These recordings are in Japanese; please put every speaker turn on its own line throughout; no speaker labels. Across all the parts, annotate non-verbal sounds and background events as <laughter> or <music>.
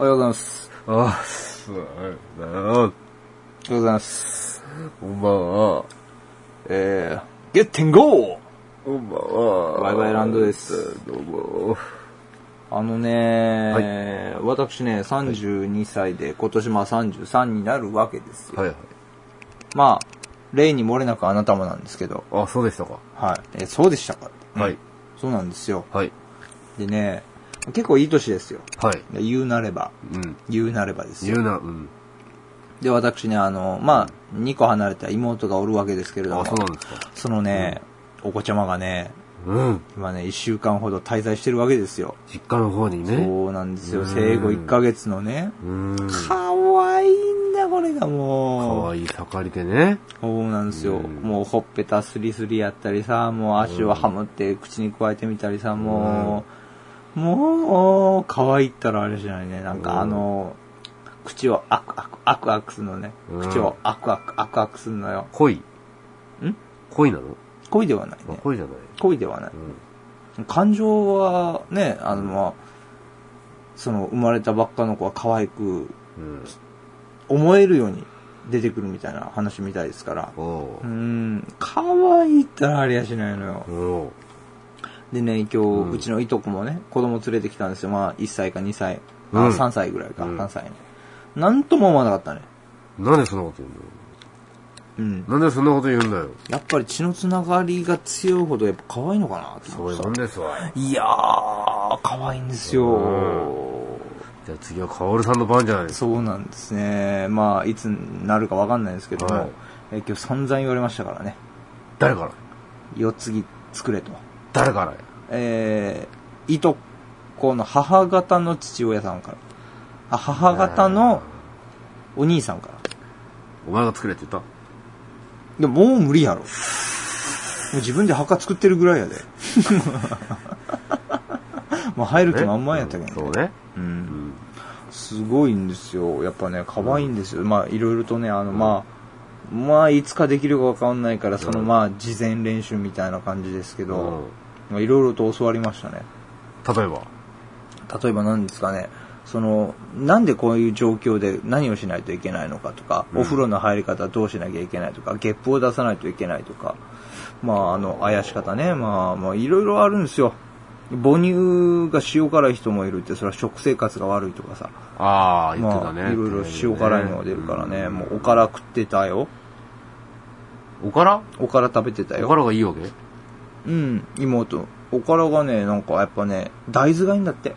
おはようございます。
あ、そうだな。
おはようございます。
こんばんは。
えー、ゲッテンゴー
こんばんは。
バイバイランドです。
どうも。
あのね、私ね、32歳で、今年まあ33になるわけですよ。
はいはい。
まあ、例に漏れなくあなたもなんですけど、
あ、そうでしたか。
はい。えーそうでしたか、
はい。
そうなんですよ。
はい。
でね、結構いい年ですよ。
はい。
で言うなれば、
うん。
言うなればです
言
よ。
うな、うん。
で、私ね、あの、まあ、2個離れた妹がおるわけですけれども、
あ、そうなんですか。
そのね、お子ちゃまがね、
うん。
今ね、1週間ほど滞在してるわけですよ。
実家の方にね。
そうなんです
う
よ。
ん
生後1ヶ月のね。
うん。か
かわいいんだ、これがも
わ
う。
いい盛りでね。
そうなんですよ。
うん
もうほっぺたスリスリやったりさ、もう足をはむって口に加えてみたりさ、もう、もう、可愛いったらあれじゃないね。なん
うん
かあの、口をアクアク、アクアクするのね。
うん
口をアクアク、アクアクするのよ。
恋。ん恋なの
恋ではない
あ
ね。
恋じゃない。
恋ではない。
うん。
感情はね、あの、まあ、その生まれたばっかの子は可愛く
うん。
思えるように出てくるみたいな話みたいですから。
お
う、
うん
可愛いったらありやしないのよ。
おう
でね、今日、
ん
うちのいとこもね、子供連れてきたんですよ。まあ、1歳か2歳。あ、
うん
3歳ぐらいか、
うん
3歳ね。なんとも思わなかったね。
なんでそんなこと言うんだよ。
うん。
なんでそんなこと言うんだよ。
やっぱり血のつながりが強いほどやっぱ可愛いのかなって
そう
思
い
っ
う
て
も
さ
んですわ。
いやー、可愛いんですよ。
うじゃあ次はカオルさんの番じゃないですか。
そうなんですね。まあ、いつになるかわかんないですけども、
はい
え今日散々言われましたからね。
誰から
四つ木作れと。
誰からや
えー、いとこの母方の父親さんから。あ、母方のお兄さんから。
お前が作れって言っ
でももう無理やろ。もう自分で墓作ってるぐらいやで。 <laughs> もう入る
た
気満々やったけど
そうね。
うん
うん。
すごいんですよ。やっぱね、可愛いんですよ。まあ、いろいろとね、あの、まあ、まあ、いつかできるかわかんないから、その、
うん
まあ、事前練習みたいな感じですけ
うん
ど、まあ、いろいろと教わりましたね。
例えば。
例えば何ですかね、その、なんでこういう状況で何をしないといけないのかとか、
うん
お風呂の入り方どうしなきゃいけないとか、ゲップを出さないといけないとか、まあ、あの、あやし方ね、まあ、まあ、いろいろあるんですよ。母乳が塩辛い人もいるって、それは食生活が悪いとかさ。
ああ、言って
ま
たね。
あ、いろいろ塩辛いのが出るからね、
ん
もうおから食ってたよ。
おから
おから食べてた
お
よ。
からがいいわけ
うん、妹。おからがね、なんかやっぱね、大豆がいいんだって。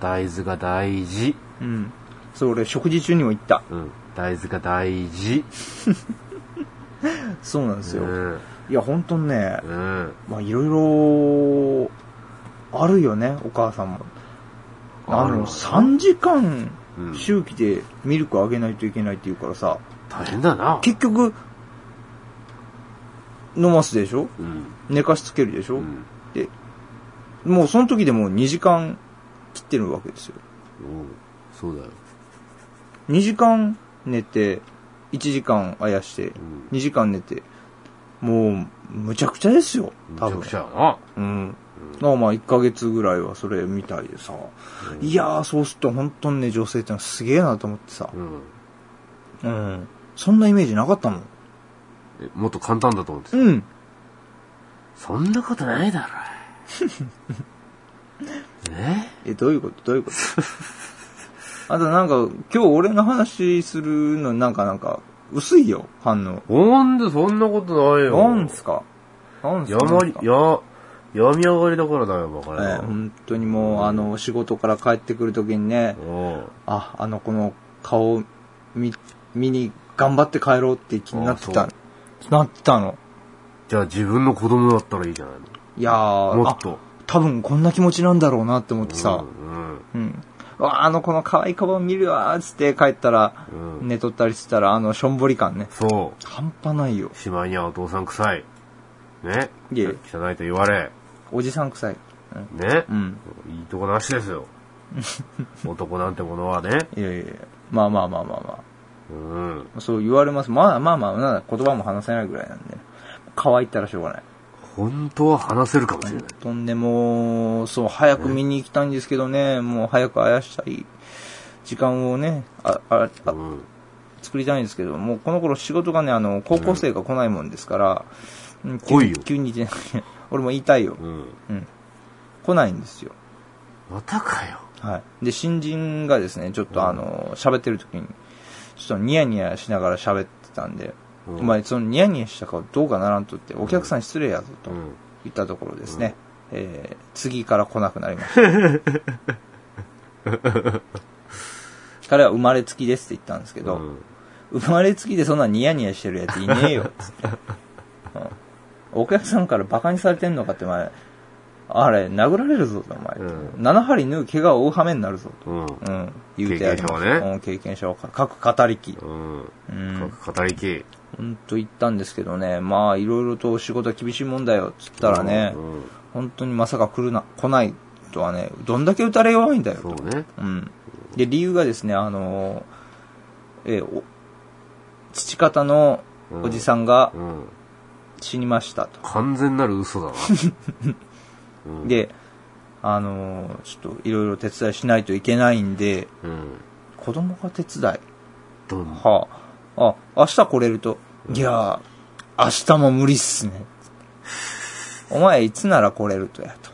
大豆が大事。
うん。それ俺食事中にも言った。
うん。大豆が大事。
そうなんです
う
よ。
ん。
いや、ほんとね、
うん。
まあいろいろ、あるよね、お母さんも。あ
ある
の、
わ
3時間
うん
周期でミルクあげないといけないって言うからさ、
大変だな。
結局、飲ますでしょ
うん。
寝かしつけるでしょ、
うん。
で、もうその時でもう2時間切ってるわけですよ。
おうそうだよ。
2時間寝て、1時間あやして
ん、
2時間寝て、もう、むちゃくちゃですよ、
むち
多
ゃ
分
く。ちゃやな。
うん。まあまあ、1ヶ月ぐらいはそれみたいでさ、いやー、そうすると本当にね、女性ってのはすげえなと思ってさ
う、ん。
うん。そんなイメージなかったもん。
えもっと簡単だと思ってた。
うん。
そんなことないだろ。 <laughs> ね
え、どういうことどういうこと <laughs> あとなんか、今日俺の話するのなんかなんか、薄いよ、反応。
なんでそんなことないよ。
なんすかなんす
や
か
ま
なん
り
すか、
や、病み上がりだからだよ、バカ
ええ
野郎。
本当にもう、あの、仕事から帰ってくるときにね、
おう
あ、あの子の顔を見、見に頑張って帰ろうって気になってた
あ、
なってたの。
じゃあ自分の子供だったらいいじゃない
いやー、
の。もっと。
あ多分こんな気持ちなんだろうなって思ってさ、
うん。
うん。うわあの子の可愛い顔見るわーっつって帰ったら、
うん
寝とったりしてたら、あの、しょんぼり感ね。
そ
半端ないよ
う。。しまいにはお父さん臭い。ね。
いえいえ
汚いと言われ。
おじさん臭い。
ね
う。ん。
いいとこなしですよ。 <laughs> 男なんてものはね。
いやいやいや。まあまあまあまあま
うん。
あ。そう言われます。まあまあまあ、なんだ言葉も話せないぐらいなんで。可愛いったらしょうがない。
本当は話せるかもしれない。
とんでも、そう、早く見に行きたいんですけどね、もう早くあやしたり時間をね、あ、あ、あ
うん。
作りたいんですけど、もうこの頃仕事がね、あの、高校生が来ないもんですから、うん
来いよ
急に、急に俺も言い <laughs> たいよ。
うん。
うん。来ないんですよ。
またかよ。
はい。で、新人がですね、ちょっとあの、喋ってる時に、ちょっとニヤニヤしながら喋ってたんで、
うん
お前、そのニヤニヤした顔どうかならんとって、お客さん失礼やぞと
うん。
言ったところですね、えー、次から来なくなりました。
<laughs>
彼は生まれつきですって言ったんですけど、
うん
生まれつきでそんなニヤニヤしてるやついねえ
<laughs>
よ、つって。うんお客さんからバカにされてんのかって、お前、あれ、殴られるぞ、お前。
うん
7針縫う怪我を負うはめになるぞ、
うん。
と。うん。言うてやりま
経験者
し
は
た。うん経験者は各語りき。
うん。
うん。
か語りき。
ほんと言ったんですけどね、まあ、いろいろと仕事は厳しいもんだよ、つったらね、
うん。
本当にまさか来るな、来ないとはね、どんだけ打たれ弱いんだよ、
そうね。
うん。で、理由がですね、あのー、えーお、父方のおじさんが
うん。
死にましたと。
完全なる嘘だな。うん、
で、あのー、ちょっといろいろ手伝いしないといけないんで、
うん。
子供が手伝
ど
い。
ん。
はあ、あ、明日来れると。いやー、明日も無理っすね。お前いつなら来れるとや
<laughs>
と。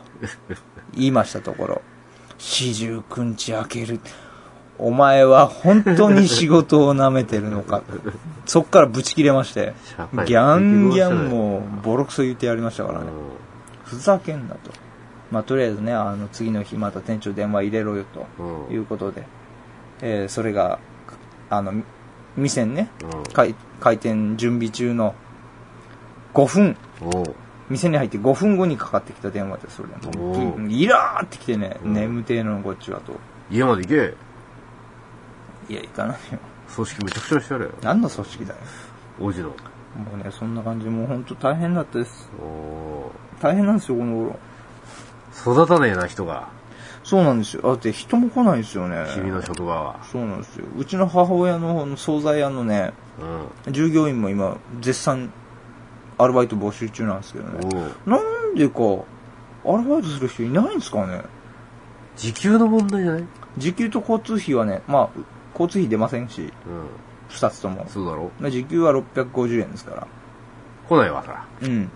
言いましたところ。四十九日明ける。お前は本当に仕事を舐めてるのか。そっからブチ切れまして
社会。的
ギャンギャンもうボロクソ言ってやりましたからね。ふざけんなと。まあ、とりあえずね、あの、次の日また店長電話入れろよと。
うん。
いうことで。えーそれが、あの、店にね、
うん。
開開店準備中の5分、
おう。
店に入って5分後にかかってきた電話で、それで
おー
イラーってきてね、
うん
眠てえのこっちはと。
家まで行け。
いや、行かないよ。
葬式めちゃくちゃにしてやれよ。
何の組織だよ。
王子の。
もうね、そんな感じ、もう本当大変だったです。
お
大変なんですよ、この頃。
ー育たねえな、人が。
そうなんですよ。だって人も来ないんですよね。
君の職場は。
そうなんですよ。うちの母親の方の惣菜屋のね、
うん。
従業員も今、絶賛、アルバイト募集中なんですけどね。
おう。
なんでか、アルバイトする人いないんですかね。
時給の問題じゃない
時給と交通費はね、まあ、交通費出ませんし、
うん。
二つとも。
そうだろ
まあ時給は650円ですから。
来ないわ、そら。
うん。
うん。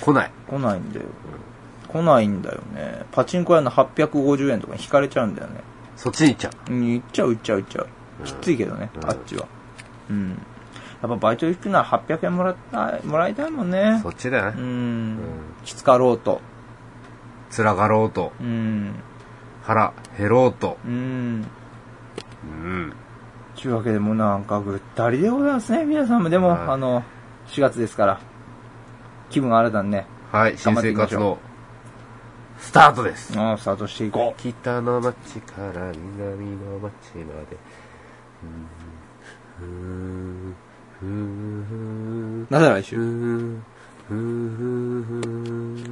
来ない。
来ないんだよ。来ないんだよね。パチンコ屋の850円とかに引かれちゃうんだよね。
そっちに行っちゃう。
うん、行っちゃう行っちゃう行っちゃう。きついけどね、
うん
あっちは。うん。やっぱバイト行くなら800円もらったい、もらいたいもんね
そ。っちだよ
う
ね。
ん
ん。
きつかろうと。
辛がろうと、
うん。
腹減ろうと。
うん。
うん。
ちゅうわけでもうなんかぐったりでございますね、皆さんも。でも、
はい
あの、4月ですから、気分が新たにね、
はい、
頑
新
張って
生
いきまし
活
ょう
の、スタートです。
あースタートしていこ
北の町から南の町まで。ふーん、ふーん、ふーん
う。なぜ来週
ふーん、ふーん、ふーん、ふーん、